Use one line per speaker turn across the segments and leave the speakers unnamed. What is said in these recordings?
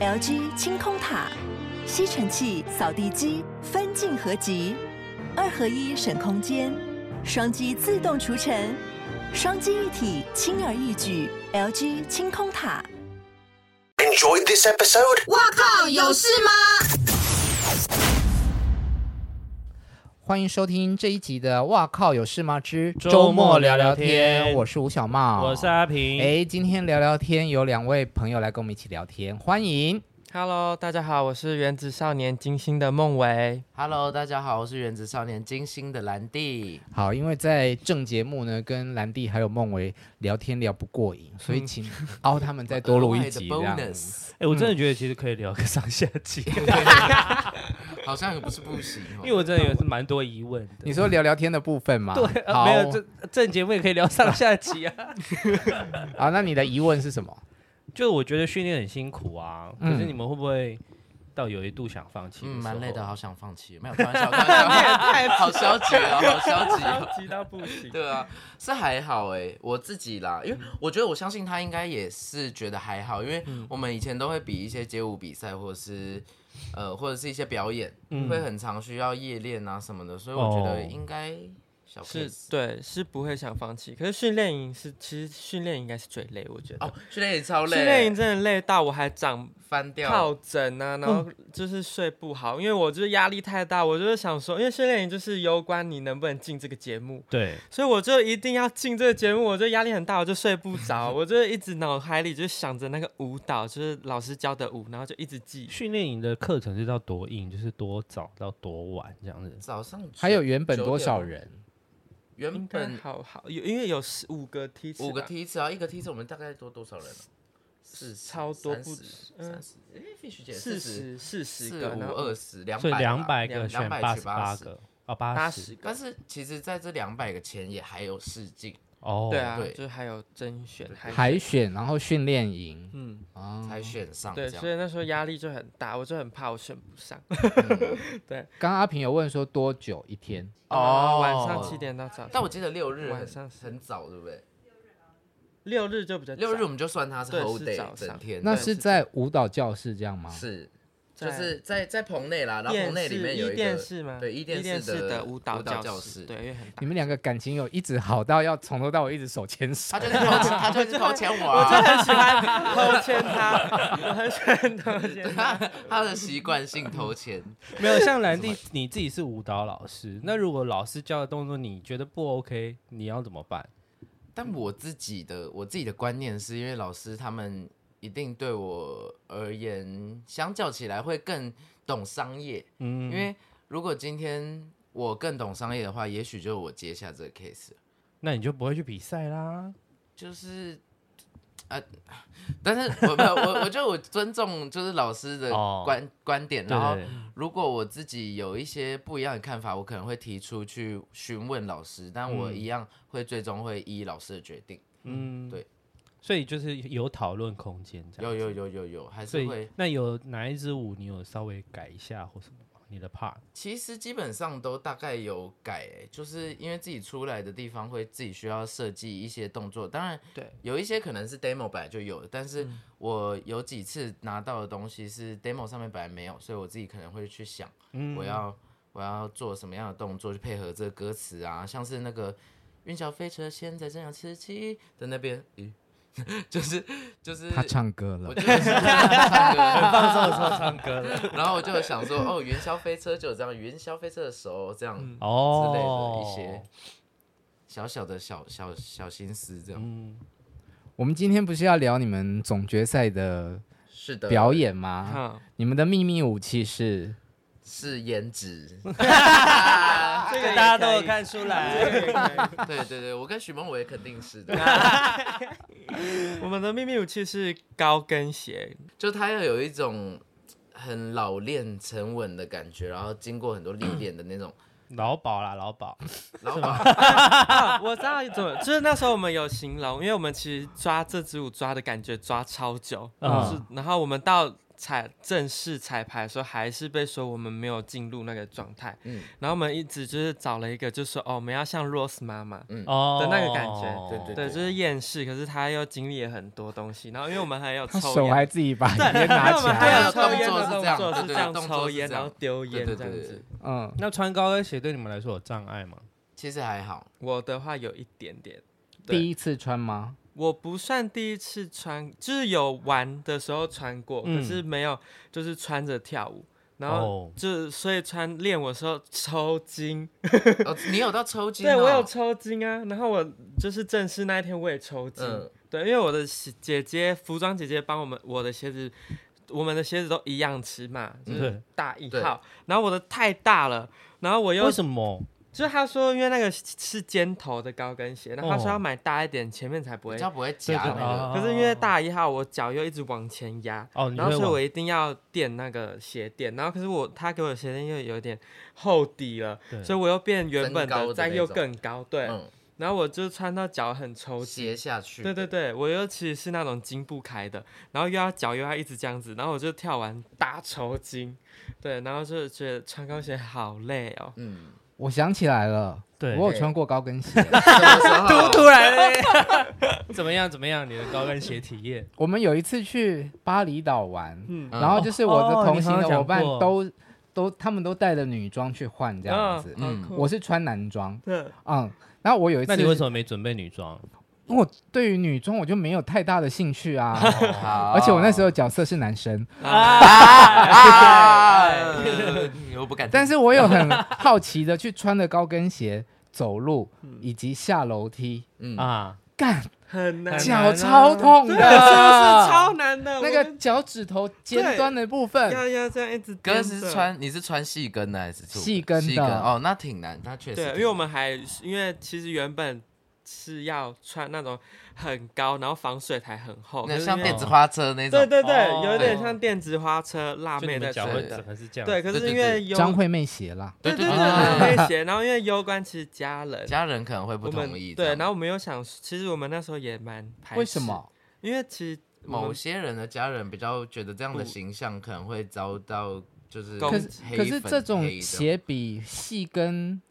LG 清空塔、吸尘器、扫地机分镜合集，二合一省空间，双击自动除尘，双击一体轻而易举。LG 清空塔。
Enjoyed this episode?
靠，有事吗？
欢迎收听这一集的《哇靠有事吗之
周末聊聊天
我是吴小茂，
我是。阿平。
哎，今天聊聊天有两位朋友来跟我们一起聊天，欢迎。
Hello，大家好，我是原子少年金星的孟维。
Hello，大家好，我是原子少年金星的兰弟。
好，因为在正节目呢，跟兰弟还有孟维聊天聊不过瘾，所
嗯
以请凹他们再多录一 集这样。
bonus
哎，我真的觉得其实可以聊个上下集，
好像也不是不行、哦，
因为我真的有是蛮多疑问的。
你说聊聊天的部分嘛？
对，
好，
啊没有这这节目也可以聊上下集啊。
好，那你的疑问是什么？
就我觉得训练很辛苦啊，可
嗯
是你们会不会到有一度想放弃？
嗯蛮累的，。好想放弃。没有开玩笑，开玩笑，好消极哦，好消极、 哦。
急到不 行。
对啊，是还好哎、我自己啦，因为我觉得我相信他应该也是觉得还好，因为我们以前都会比一些街舞比赛，或者是呃，或者是一些表演，
嗯
会很常需要夜练啊什么的，所以我觉得
哦
应该小
是
case
对，是不会想放弃。可是训练营是，其实训练营应该是最累，我觉得。
哦，训练也超累，
训练营真的累到我还长
翻掉嗯
疱疹啊，然后就是睡不好，因为我就是压力太大，我就是想说，因为训练营就是攸关你能不能进这个节目，
对，
所以我就一定要进这个节目，我就压力很大，我就睡不着，我就一直脑海里就想着那个舞蹈，就是老师教的舞，然后就一直记。
训练营的课程是到多硬，就是多早到多晚这样子。
早上九
还有原本
九
多
点
少
吗
人？
原
应该
本
好好有，因为有十五个梯次吧，
五个梯次啊，一个梯次我们大概多多少人、啊？四
超多不止嗯
三十，哎，Fish 姐十
四十四十
四
个，
五
然后
二十两
所以
百
两百
两
个选
200
八
取
十八
80
个，哦，
八
八
十
十
但
个，
是其实在这两百个前也还有试镜，
哦，
对啊，
对
就是还有甄选，
海选，然后训练营
嗯，
啊。
才选上这
对，
样
所。以那时候压力就很大，我就很怕我选 不上。
刚刚阿平有问说多久一天？
哦，晚上七点到早上，
但我记得六日
晚
很
上是
很早，对不对？
六日就比较
六日
早
我们就算它是
对
whole
是
day
早上
整天，
那
对
是在舞蹈教室这样吗？
是就
在
是在在棚内啦，然后
电
棚内里面有一个
视一电视吗？
对
一
一视
电视的舞蹈
教
室，对，因为很大
你。们两个感情有一直好到要从头到尾一直手牵手
他，就是投钱，他就是投钱我
我就
啊，
很喜 欢偷牵他，我很喜欢偷牵他。
啊 他的习惯性投钱。
没有像兰弟，你自己是舞蹈老师，那如果老师教的动作你觉得不 OK，你要怎么办？
但我自己的我自己的观念是因为老师他们一定对我而言，相较起来会更懂商业。
嗯
因为如果今天我更懂商业的话，也许就是我接下这个 case 了
那你就不会去比赛啦。
就是。呃，但是我没有我，我觉得我尊重就是老师的
哦
观、观点，然后
对对嗯对
如果我自己有一些不一样的看法，我可能会提出去询问老师，但我
嗯
一样会最终会依老师的决定。
嗯
对，
所以就是有讨论空间这样
有
子。
有有有有，还
所
是会
以那有哪一支舞你有稍微改一下或什么吗？你的 part
其实基本上都大概有改、欸，就是因为自己出来的地方会自己需要设计一些动作，当然
对，
有一些可能是 demo 本来就有的，但是我有几次拿到的东西是 demo 上面本来没有，所以我自己可能会去想，我要我要做什么样的动作去配合这个歌词啊，像是那个云霄飞车现在正要吃鸡的那边，咦 就是就是
他唱歌
我
了。
就是 唱歌
放松的时候唱歌了
然后我就想说，哦，元宵飞车就有这样，元宵飞车的手这样
嗯
之类的
哦
一些小小的小小小心思，这样、
嗯，
我们今天不是要聊你们总决赛的
是的，
表演吗？
啊
好，
你们的秘密武器是
是颜 值，
嗯这个也
大家都
可
有
以，
看出
这
来。
个也可以。
对对对，我跟许梦伟肯定是的，
我们的秘密武器是高跟鞋，
就他要有一种很老练沉稳的感觉，然后经过很多历练的那种，
劳保啦，劳保，
嗯
然后把
啊 我知道怎么，就是那时候我们有形容，因为我们其实抓这支舞抓的感觉抓超久，
嗯
是，然后我们到彩正式彩排的时候，还是被说我们没有进入那个状态。
嗯，
然后我们一直就是找了一个，就说哦，我们要像 Rose 妈妈，
哦
的那个感觉
对对
对，就是厌世，可是她又经历了很多东西。然后因为我们还有
他
抽
手还
烟，
自己把
对，
烟拿
因为我
起
们还
来，
有抽烟的
动作是这样
作，是
对对
这样
动作是
抽烟，
这样
然后丢
对
烟
对
这
对
样
对
子
对。，
嗯，
那穿高跟鞋对你们来说有障碍吗？
其实还好，
我的话有一点点，对
第一次穿吗？
我不算第一次穿，就是有玩的时候穿过，
嗯
可是没有就是穿着跳舞，然后
哦
就、所以穿练舞的时候抽筋，
哦，你有到抽筋、哦？
对我有抽筋啊，然后我就是正式那一天我也抽筋，
嗯
对，因为我的鞋姐姐服装姐姐帮我们我的鞋子。我们的鞋子都一样尺码，就是
对
大一
对
号，然后我的太大了，然后我又
为什么？
就是他说，因为那个是尖头的高跟鞋，然后他
哦
说要买大一点，前面才不会
比较不会夹
对
那
对
个，
哦
可是因为大一号，我脚又一直往前压，
哦你
然后
会
所以
往
我一定要垫那个鞋垫，然后可是我他给我的鞋垫又有点厚底了，
对
所以我又变原本
增高的
再
那
又
种
更高，对，
嗯，
然后我就穿到脚很抽筋
斜。下去。
对对对，我又其实是那种筋不开的，然后又要脚又要一直这样子，然后我就跳完大抽筋，对，然后就觉得穿高跟鞋好累哦。
嗯，
我想起来了，
对
我有穿过高跟鞋。
什么时 候
然 嘞，怎么样？怎么样？你的高跟鞋体 验？
我们有一次去巴厘岛玩，
嗯，
嗯
然后就是我的
哦
同行
你
的
好像
伙伴
讲过
都、都他们都带着女装去换这样子，
嗯，
嗯
好酷
我是穿男装，
对，
嗯，然后我有一次，
那你为什么没准备女装？
因为我对于女装我就没有太大的兴趣啊，
好，
而且我那时候角色是男生，
哦啊，我不敢听，
但是我有很好奇的去穿着高跟鞋走路以及下楼梯，
嗯
啊，
干
很难，
很
真
脚
难
超痛的，
的
啊
是超难的。
那
我
个
跟
脚趾头尖端的部分。
要要这样一直
哥
跟
是
着
穿你是穿细跟的还是粗
细跟的
细跟哦，那挺难，那确实挺
对，
难。
因为我们还因为其实原本是要穿那种很高，然后防水台很厚，可
那
是
像
因为
电子花车那
对
种，
对对
哦，
有点像电子花车辣
就你
妹
们
在
脚
穿
会
对
整
的。
个是这样。
对，可
对
是
对
因
对
为优
张惠妹鞋啦，
对对
对
对
对对
对对鞋，然后因为攸关其实家人，
家人可能会不
我
同意
们
这
对，
样。
然后我们又想，其实我们那时候也蛮排斥
为什？么？
因为其实我们
某些人的家人比较觉得这样的
不
形象可能会遭到就是
攻
可
攻
是
黑
可是
粉
这种
黑的
鞋比细跟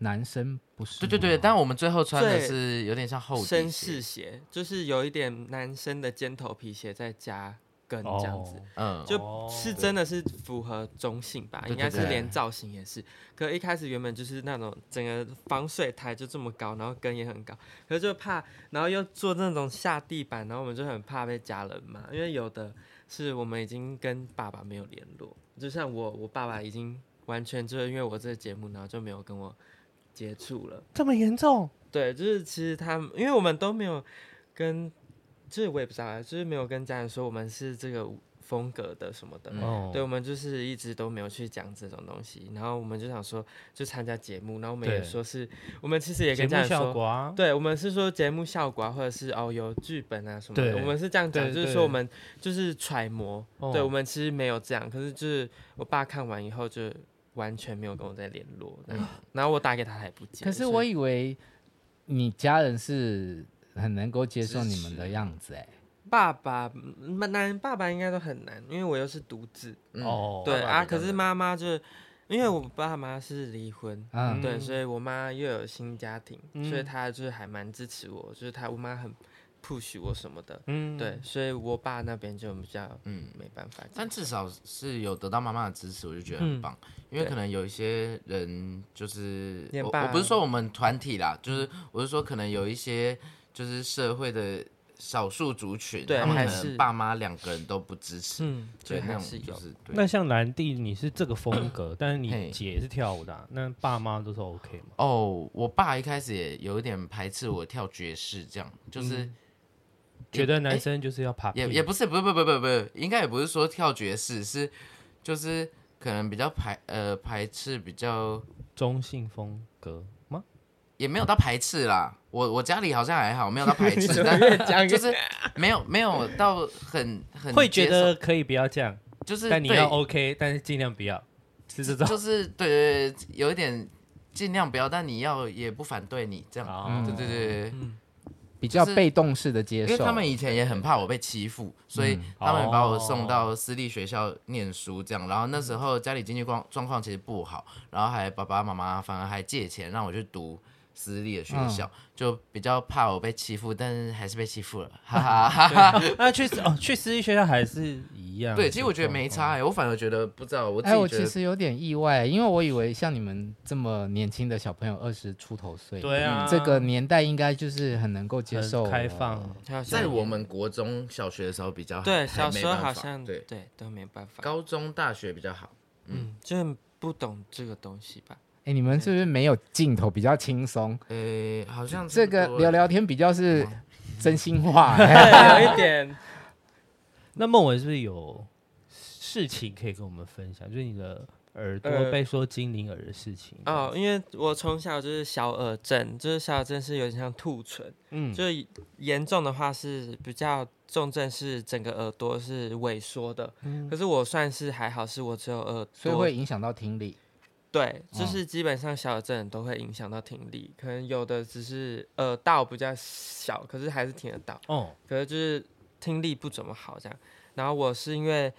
男生不啊是吗？
对对对，但我们最后穿的
最
是有点像厚底鞋
绅士，鞋就是有一点男生的尖头皮鞋再加跟这样子。
嗯，
哦
就是真的是符合中性吧，
对
应该
对
是
对
连造型也是。可一开始原本就是那种整个防水台就这么高，然后跟也很高，可是就怕，然后又做那种下地板，然后我们就很怕被家人骂，因为有的是我们已经跟爸爸没有联络，就像我，我爸爸已经完全就是因为我这个节目，然后就没有跟我接触了。
这么严重？
对，就是其实他们，因为我们都没有跟，就是我也不知道啊，就是没有跟家人说我们是这个风格的什么的。
嗯
哦
对，我们就是一直都没有去讲这种东西，然后我们就想说，就参加节目，然后我们也
对
说是，我们其实也
节
跟家
目
人
效
说，
果啊，
对，我们是说节目效果啊，或者是哦有剧本啊什么的，
对
我们是这样讲，
对
就是
对
说我们就是揣摩，
哦
对我们其实没有这样，可是就是我爸看完以后就完全没有跟我再联络，这样 然后我打给他他也不接，
可是
所
我
以
以为你家人是很能够接受你们的样子哎、
爸爸嗯男爸爸应该都很难，因为我又是独子，
嗯
哦
对
爸爸
啊，
比较
可是
难
妈妈就是因为我爸妈是离婚，
嗯，
对，
嗯
所以我妈又有新家庭，所以
嗯
她就是还蛮支持我，就是她我妈很 push 我什么的，
嗯
对，所以我爸那边就比较
嗯
没办法这
但
样。
至少是有得到妈妈的支持，我就觉得
嗯
很棒。因为可能有一些人就是
也
我，
罢
我不是说我们团体啦，就是我是说可能有一些就是社会的少数族群，
对
他们可
还是
能爸妈两个人都不支持，
嗯，
对那
就还
种
是有
就，是对。
那像兰弟，你是这个风 格，但是你
嘿
姐也是跳舞的啊、那爸妈都是 OK 吗？
哦，我爸一开始也有一点排斥我跳爵士，这样就是、
嗯
觉得男
诶
生就是要
哎
爬，
也也不是，不是不是不是不是，应该也不是说跳爵士，是就是可能比较排呃排斥比较
中性风格吗？
也没有到排斥啦。我我家里好像还好，没有到排 斥，但就是没有没有到很很
会觉
接受
得可以不要这样，
就是
但你
对
要 OK，但是尽量不要，是这种。
就是对对对，有一点尽量不要，但你要也不反对你这样。
哦
对对对，对
比较
就是
被动式的接
因
受。嗯哦
为他们以前也很怕我被欺负，所以他们把我送到私立学校念书这样。然后那时候家里经济状状况其实不好，然后还爸爸妈妈反而还借钱让我去读私立的学校，
嗯
就比较怕我被欺负，但是还是被欺负 了，哈哈哈哈。
那去私哦，去私立学校还是一样。
对，其实我觉得没差、。欸，我反而觉得不知道，我自
哦哎，我
己觉
其
得。
实有点意外，因为我以为像你们这么年轻的小朋友，二十出头岁，
对啊，
嗯这个年代应该就是很能够接
很
受
开放。
还有
在
小
我们国中小学的时候比较还
对小
没
时候
办
好
法
像
对，
对都没办法，
高中大学比较好。
嗯，就很不懂这个东西 吧。
哎，你们是不是没有镜头比较轻松？
呃，好像
这
差
个
不多
聊
了
聊天比较是真心话。哎
对，有一点
那孟伟是不是有事情可以跟我们分享？就是你的耳朵
呃
被说精灵耳的事情。
哦，因为我从小就是小耳症，就是小耳症是有点像兔唇，
嗯，
就是严重的话是比较重症，是整个耳朵是萎缩的。可是我算是还好，是我只有耳
嗯所以
朵
会影响到听力。
对，就
哦
是基本上小耳症都会影响到听力，可能有的只是耳道比较小，可是还是听得到，
哦，
可是就是听力不怎么好这样。然后我是因为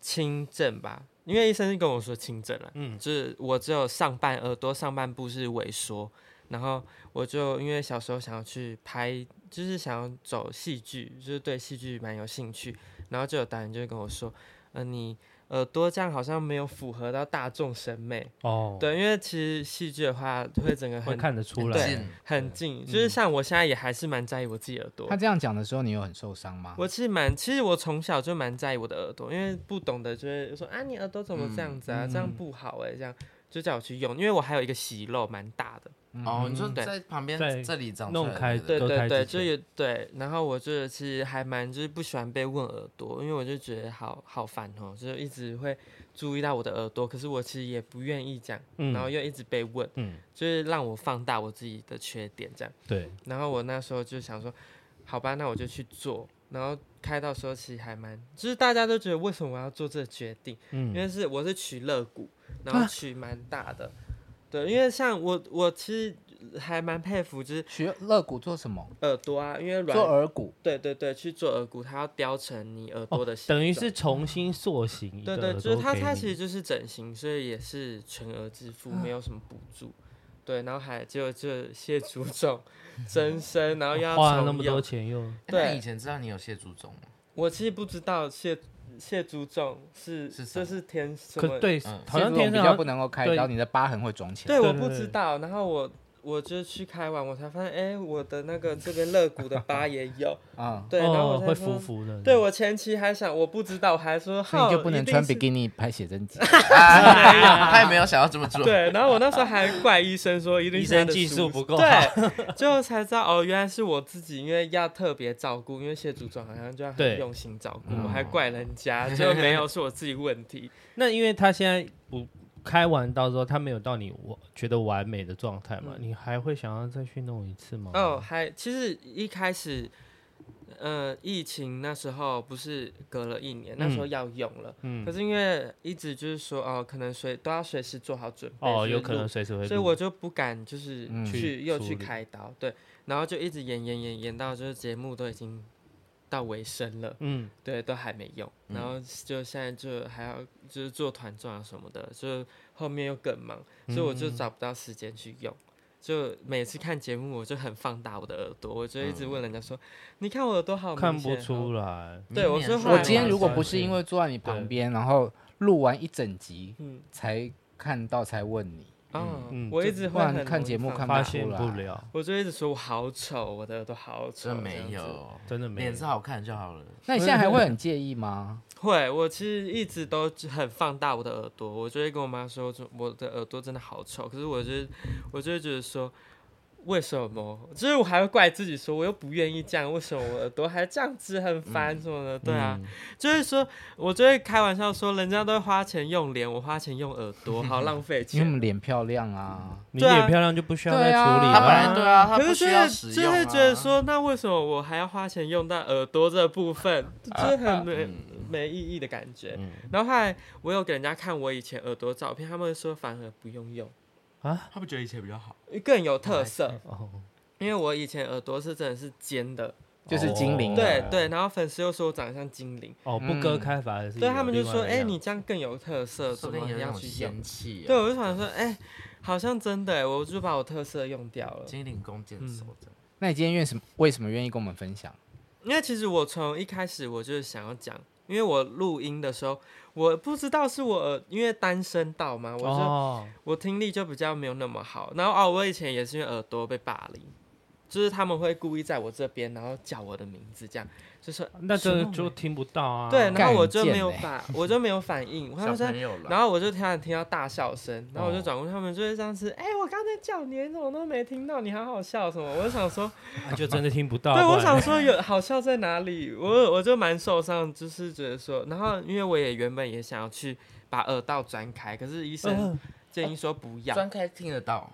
轻症吧，因为医生是跟我说轻症啊了，
嗯
就是我只有上半耳朵上半部是萎缩，然后我就因为小时候想要去拍，就是想要走戏剧，就是对戏剧蛮有兴趣，然后就有导演就会跟我说，呃，你耳朵这样好像没有符合到大众审美，
哦，，
对，因为其实戏剧的话会整个
会
很
看嗯得出来。
对很近，就是像我现在也还是蛮在意我自己耳朵
他。这样讲的时候，你有很受伤吗？
我其实蛮，其实我从小就蛮在意我的耳朵，因为不懂的就会说啊，你耳朵怎么这样子啊，这样不好哎、这样就叫我去用，因为我还有一个息肉蛮大的，
嗯
哦，你说
对
在旁边
在
这里长
弄
出来
开
的
对
割开
对对，
之
就
前
有对，然后我就是其实还蛮就是不喜欢被问耳朵，因为我就觉得好好烦哦，就是一直会注意到我的耳朵，可是我其实也不愿意讲，
嗯
然后又一直被问，
嗯，
就是让我放大我自己的缺点这样。
对，
然后我那时候就想说，好吧，那我就去做。然后开到时候其实还蛮，就是大家都觉得为什么我要做这个决定？
嗯，啊
因为是我是取肋骨，然后取蛮大的，对，因为像我我其实还蛮佩服，就是
学肋骨做什么？
耳朵啊，因为
做
软，
耳骨。
对对对，去做耳骨，它要雕成你耳朵
哦
的形、，
等于是。重新塑形一个
对
耳朵
对，
给你。
就是它，它其实就是整形，所以也是全额支付，没有什么补助。对，然后还就就谢祖总 增生，然后又要
花了那
重
么
用
多钱又
哎
对
那你以前知道你有蟹足肿吗？
我其实不知道谢谢祖总是
是什
这
么
是天什
可
么
对，
嗯
好像
这种
天哦
比
生
较
好
不
像
能够开
对
刀，你的疤痕会肿起来。
对，我
对
不
对
知
对
道。然后我我就去开完，我才发现，哎，我的那个这边肋骨的疤也 有。
嗯，
对，然
哦
后我才
会浮。
说
浮的。
对我前期还想，我不知道，我还说
所以
好，
你就不
一
能
定
穿
是
比基尼拍写真集。
他也没有想要这么做。
对，然后我那时候还怪医生说，一定
医
是他
生
的
技
疏
术
忽
不够好，
对，最后才知道哦，原来是我自己，因为要特别照顾，因为谢组长好像就要
对嗯
很用心照顾，我还怪人家，就没有是我自己问题。
那因为他现在不开完刀之后，他没有到你我觉得完美的状态嘛，
嗯
你还会想要再去弄一次吗？
哦，，还其实一开始，呃，疫情那时候不是隔了一年，那时候
嗯
要用了，可
嗯，
是因为一直就是说哦，可能随都要随时做好准备，
哦，
就是
有可能
录，
随时会录，
所以我就不敢就是
嗯
去、
去
又
处
去
理
开刀，对，然后就一直延延延延到就是节目都已经到尾声了，
嗯，
对，都还没用，然后就现在就还要就是做团综啊什么的，就后面又更忙，所以我就找不到时间去用。就每次看节目，我就很放大我的耳朵，我就一直问人家说：“你看我耳朵好明
看不
显
出
哦。
来，
对我说后
我
来
今天
我
如果
才
不是因为坐在你旁边，然后录完一整集
嗯
才看到才问你，”
啊，
嗯
我一
就
直
不
会
然
很
看
容易
节目
放
看
大
发
不
现
出来
不了，
我就一直说我好丑，我的耳朵好
真
丑，这样
没
子。
有，
真的没有
脸色好看就好了。
那你现在还会很介意吗？
会，我其实一直都很放大我的耳朵，我就会跟我妈说，就我的耳朵真的好丑。可是我就是，我就会觉得说，为什么？就是我还会怪自己说，我又不愿意这样，为什么我耳朵还这样子，很烦什么的？对啊，就是说，我就会开玩笑说，人家都花钱用脸，我花钱用耳朵，好浪费
因为我
钱。
们脸漂亮啊，
你
对啊
脸漂亮就不需要再
对
处
啊
理
他
了
本来
啊。
对啊，他
可
不
是就
需要使
是就
用
会
啊。
觉得说，那为什么我还要花钱用到耳朵这部分， 就是很没没意义的感觉。
嗯
然后后来我有给人家看我以前耳朵照片，他们说反而不用用，呃
他不觉得以前比较好。
更有特色。
哦，
因为我以前耳朵是真的是尖的，
就是啊精灵了
哦
对对，然后粉丝又说我长得像精灵，
哦，不割开反而是
对
有
他们就
另外
说，
的
哎、
样
你
子
这样更有特色，
说
怎
不
么
定有那
样
种
去用
仙？气、啊。
对，我就想说，哎、好像真的、欸我就把我特色用掉了。
精灵弓箭手这样。
嗯
那你今天愿什么？为什么愿意跟我们分享？
因为其实我从一开始我就是想要讲，因为我录音的时候，我不知道是我耳因为单声道嘛，我就、
哦，
我听力就比较没有那么好。然后哦，我以前也是因为耳朵被霸凌，就是他们会故意在我这边，然后叫我的名字，这样就说
啊那这
熊
就听不到啊。
对，然后我就
干
没有
贱欸
反，我就没有反应，他
小
们说
朋友了，
然后我就突然听到大笑声，然后我就
哦
转过去，他们就会这样子，哎、我刚才叫你，你怎么都没听到？你好好笑什么？我就想说，
那就真的听不到。
对，
不
我
然
想
呢
说有好笑在哪里？我我就蛮受伤，就是觉得说，然后因为我也原本也想要去把耳道钻开，可是医
嗯
生建议说不
呃
要，
专开听得到，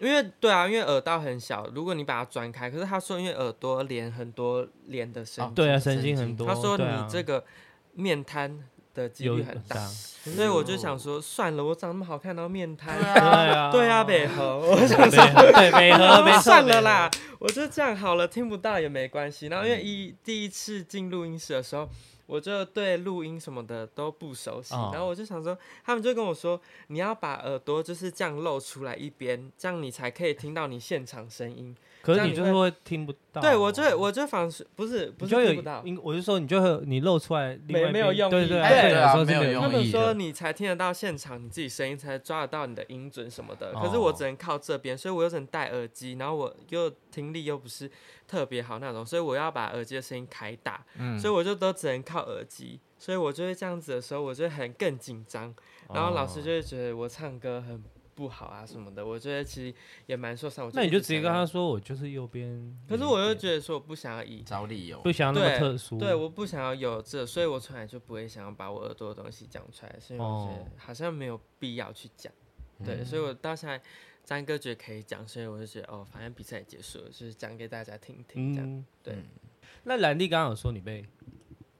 因为对啊，因为耳道很小，如果你把它钻开，可是他说因为耳朵连很多连的神
哦
经，
对啊，神
神
经
经
很多。
他说
对啊
你这个面瘫的几
有
率很大，所以我就想说算了，我长那么好看，然后面瘫。
对
对
啊，
啊，
对啊，北 河，我想
北河对北河， 没错 嗯
算了。
北河
啦，我就这样好了，听不到也没关系。然后因为一第一次进录音室的时候，我就对录音什么的都不熟悉，
哦
然后我就想说，他们就跟我说，你要把耳朵就是这样露出来一边，这样你才可以听到你现场声音。
可是
这样
你
你
就是
会
会听不到啊。
对我就我就仿是不是不
你
是
就
听
有
不到，，
应我就说你就会有你露出来另外一边，
没没有用
对
意
对
哎
对
对有
啊
时候是
没有
没有
用
他
用
们
意
说
的。
你才听得到现场，你自己声音才抓得到你的音准什么的。可是我
哦
只能靠这边，所以我又只能戴耳机，然后我又听力又不是特别好那种，所以我要把耳机的声音开大，
嗯
所以我就都只能靠耳机。所以我就会这样子的时候，我就会很更紧张，然后老
哦
师就会觉得我唱歌很不好啊什么的，我觉得其实也蛮受伤。我
那你
一
就
直
直接
想
跟他
要，
说我就是右边。
可是我又觉
得
得说我不想要移
找理由
不。想要那么
对
特殊，
对，我不想要有这，所以我从来就不会想要把我耳朵的东西讲出来，所以我
哦
觉
嗯
得好像没有必要去讲。对，所以我到现在，张哥觉得可以讲，所以我就觉得哦，反正比赛也结束了，就是讲给大家听听这样。
嗯，
对。
那兰弟刚刚有说你被，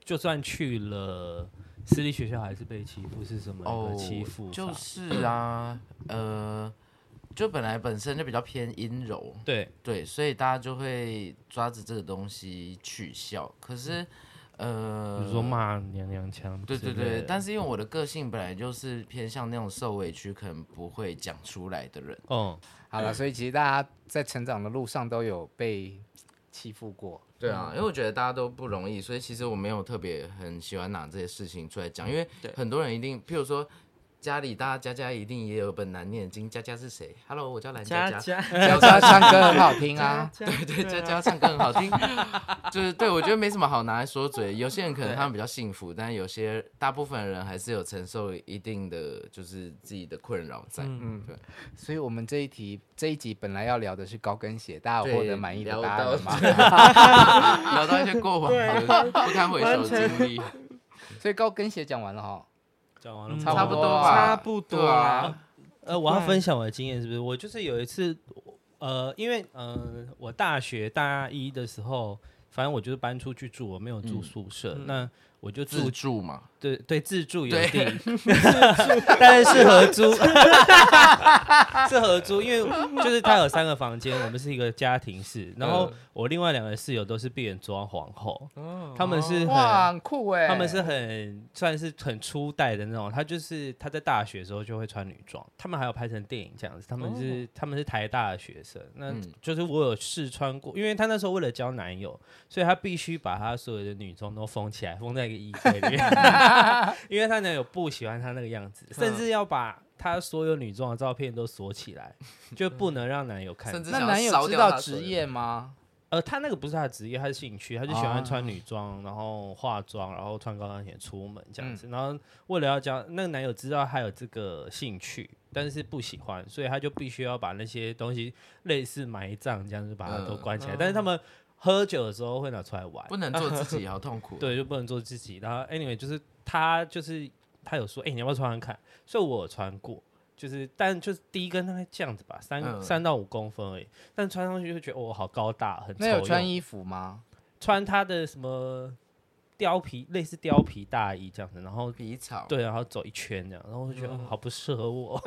就算去了私立学校还是被欺负，是什么一
哦
个欺负法？
就是啊，呃，就本来本身就比较偏阴柔，
对，
对，所以大家就会抓着这个东西取笑。可是，呃，
比如说骂娘娘腔之
对
类的，
对对，但是因为我的嗯个性本来就是偏向那种受委屈可能不会讲出来的人，
哦，
好了，所以其实大家在成长的路上都有被欺负过。
对啊，因为我觉得大家都不容易，所以其实我没有特别很喜欢拿这些事情出来讲，因为
对
很多人一定，譬如说家里大家家家一定也有本难念的经，家家是谁？Hello，我叫蓝
佳
佳佳。
佳佳
小 佳唱歌很好听啊，
佳，
对对，佳
佳佳
佳唱歌很好听， 就是对我觉得没什么好拿来说嘴。有些人可能他们比较幸福，但有些大部分人还是有承受一定的就是自己的困扰在。嗯，对。
所以我们这一题这一集本来要聊的是高跟鞋，大家有获得满意的
对
答案了吗？
聊到一些过往的 不堪回首的经历，
所以高跟鞋讲完了哈，
讲完了
嗯
吗
差不多吧，
差不多
啊。
啦。
呃，我要分享我的经验，是不是？我就是有一次，呃，因为呃，我大学大一的时候，反正我就是搬出去住，我没有住宿舍，那我就住
嗯自助嘛，
对对自助有
对
地，但是是合租， 是合租，因为就是它有三个房间，我们是一个家庭式，然
嗯
后我另外两个室友都是闭眼装皇后，
哦，
他们是
哇，
很。
很酷哎，
他们是很算是很初代的那种，他就是他在大学的时候就会穿女装，他们还有拍成电影这样子，他们是、他们是台大的学生，那
嗯
就是我有试穿过，因为他那时候为了交男友，所以他必须把他所有的女装都封起来，封在一个衣柜里面，因为他男友不喜欢他那个样子，甚至要把他所有女装的照片都锁起来，就不能让男友看到
甚。至
那
想
男
要
友
烧
知
掉
道
他所有
职
的
业吗？
呃，他那个不是他的职业，他是兴趣，他就喜
啊
欢
哦
穿女装，然后化妆，然后穿高跟鞋出门这
嗯
样子。然后为了要交那个男友知道他有这个兴趣，但是不喜欢，所以他就必须要把那些东西类似埋葬这样子把它都
嗯
关起来。但是他们喝酒的时候会拿出来玩，
不能做自己，好痛苦。，
对，就不能做自己。然后 anyway，就是他就是他有说，哎、你要不要穿穿看？所以我有穿过，就是但就是第一根大概这样子吧，三
嗯
三、到五公分而已。但穿上去就觉得哦，好高大，很
那有
丑
穿
用
衣服吗？
穿他的什么貂皮类似貂皮大衣这样子，然
哦
后
皮草，
对，然后走一圈这样，然后我就觉得、
嗯
哦好不适合 我，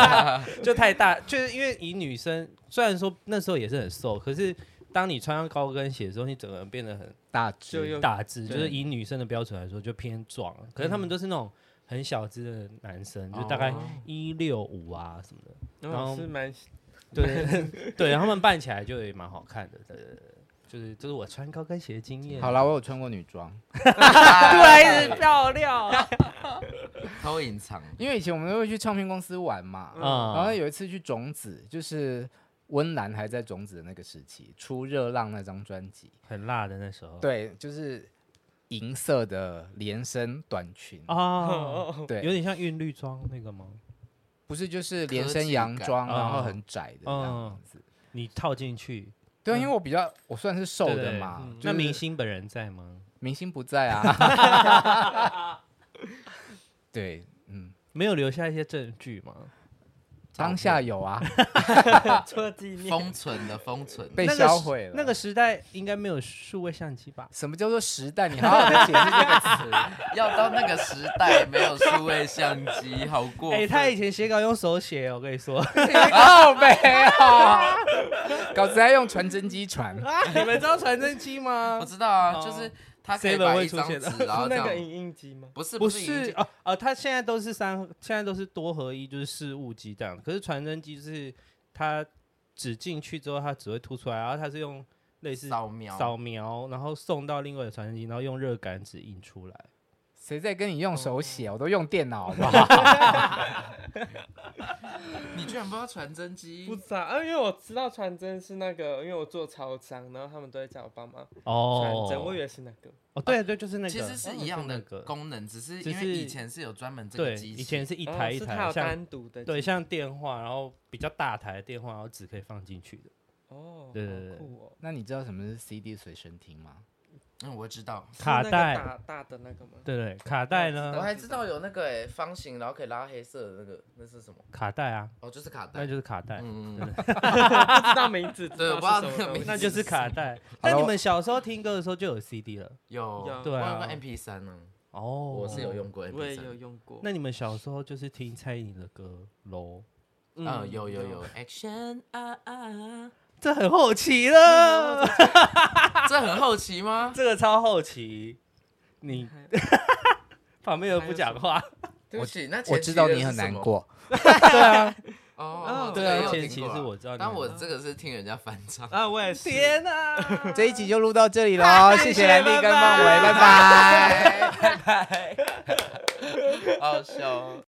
就太大，就是因为以女生虽然说那时候也是很瘦，可是当你穿上高跟鞋的时候，你整个人变得很
大
就
只
又
大只，
对
就是以女生的标准来说就偏壮，可是他们都是那种很小只的男生，就大概
哦
一六五啊什么的，
然
然后
后是蛮
对 对，然后他们扮起来就也蛮好看的，对对对，就是这是我穿高跟鞋的经验。
好啦，我有穿过女装，
偷隐藏，
因为以前我们都会去唱片公司玩嘛，
嗯
然后有一次去种子，就是温岚还在种子的那个时期，出《热浪》那张专辑，
很辣的那时候，
对，就是银色的连身短裙，
哦，有
对，
点像韵律装那个吗？
不是就是连
科
身
技
洋
感
装，然后
嗯
很窄的这样子。
你套进去，
对，因为我比较我算是瘦
对
的
对
嘛，
嗯
就
那
是
明星本人在吗？
明星不在啊。 对，嗯，
没有留下一些证据吗？
当下有 啊，
做纪念，
封存的封存，
被
那个
销
时
毁了。
那个时代应该没有数位相机吧？
什么叫做时代？你好好的解释这个词。
要到那个时代没有数位相机，好过
哎、
分。
他以前写稿用手写，我跟 你说，
哦，没有， 稿子还用传真机传。
你们知道传真机吗
我？知道啊，就是他可以
Seven
把
会
一
出
张
现的
纸，然后这
那个
样，
影印机吗？
不是
不
是影
是
印
哦哦，他现在都是三，现在都是多合一，就是事物机这样。可是传真机就是它只进去之后，它只会凸出来，然后它是用类
机
似
扫描，
扫描，然后送到另外的传真机，然后用热感纸印出来。
谁在跟你用手写？我都用电脑，好不好？
你居然不知道传真机
不？知道啊，因为我知道传真是那个，因为我做超商，然后他们都会叫我帮忙传
哦
真，我以为是那个。
哦，对对，就是那个，
其实是一样的
那个
功能，只是
只
因为以
是
前是有专门这
对，
个机器，
以前是一
哦
台一
是它
台，
有
像
单独的
对
机
像电话，然后比较大台的电话，然后纸可以放进去的。
哦，
对对对
好酷哦，
那你知道什么是 CD 随身听吗？
嗯，我知道，
是
卡
那个
带
大大的那个吗？
对对，卡带
我
呢？
还知道有那个哎方形，然后可以拉黑色的那个，那是什么？
卡带啊，
哦，就是卡带
那。就是卡带，
嗯，嗯
对
嗯
不知道名字，
对
知道是什么
我不知道
东西
那就是卡
好
带。
了
但你
我
们小时候听歌的时候就有 CD 了
有，
对
我
啊
用过 MP 三呢，
哦，
我是有。用过 MP
我也
三嗯
有。用过。
那你们小时候就是听蔡依林的歌喽？
嗯，有有有，Action 啊啊，
这很后期了，
这很好奇吗？
这个超后期。你
还
旁边又不讲话，
对不起，那前
我
期
知道
的
你
是
很
什
难
么
过，
对啊，
哦
嗯，
这
对
个
啊，
有
前
听
期
过啊
是我知道你们。
但我这个是听人家翻唱。
啊，我也是。
天哪！
这一集就录到这里喽， 谢谢兰弟跟孟伟，
拜
拜拜。
好笑哦。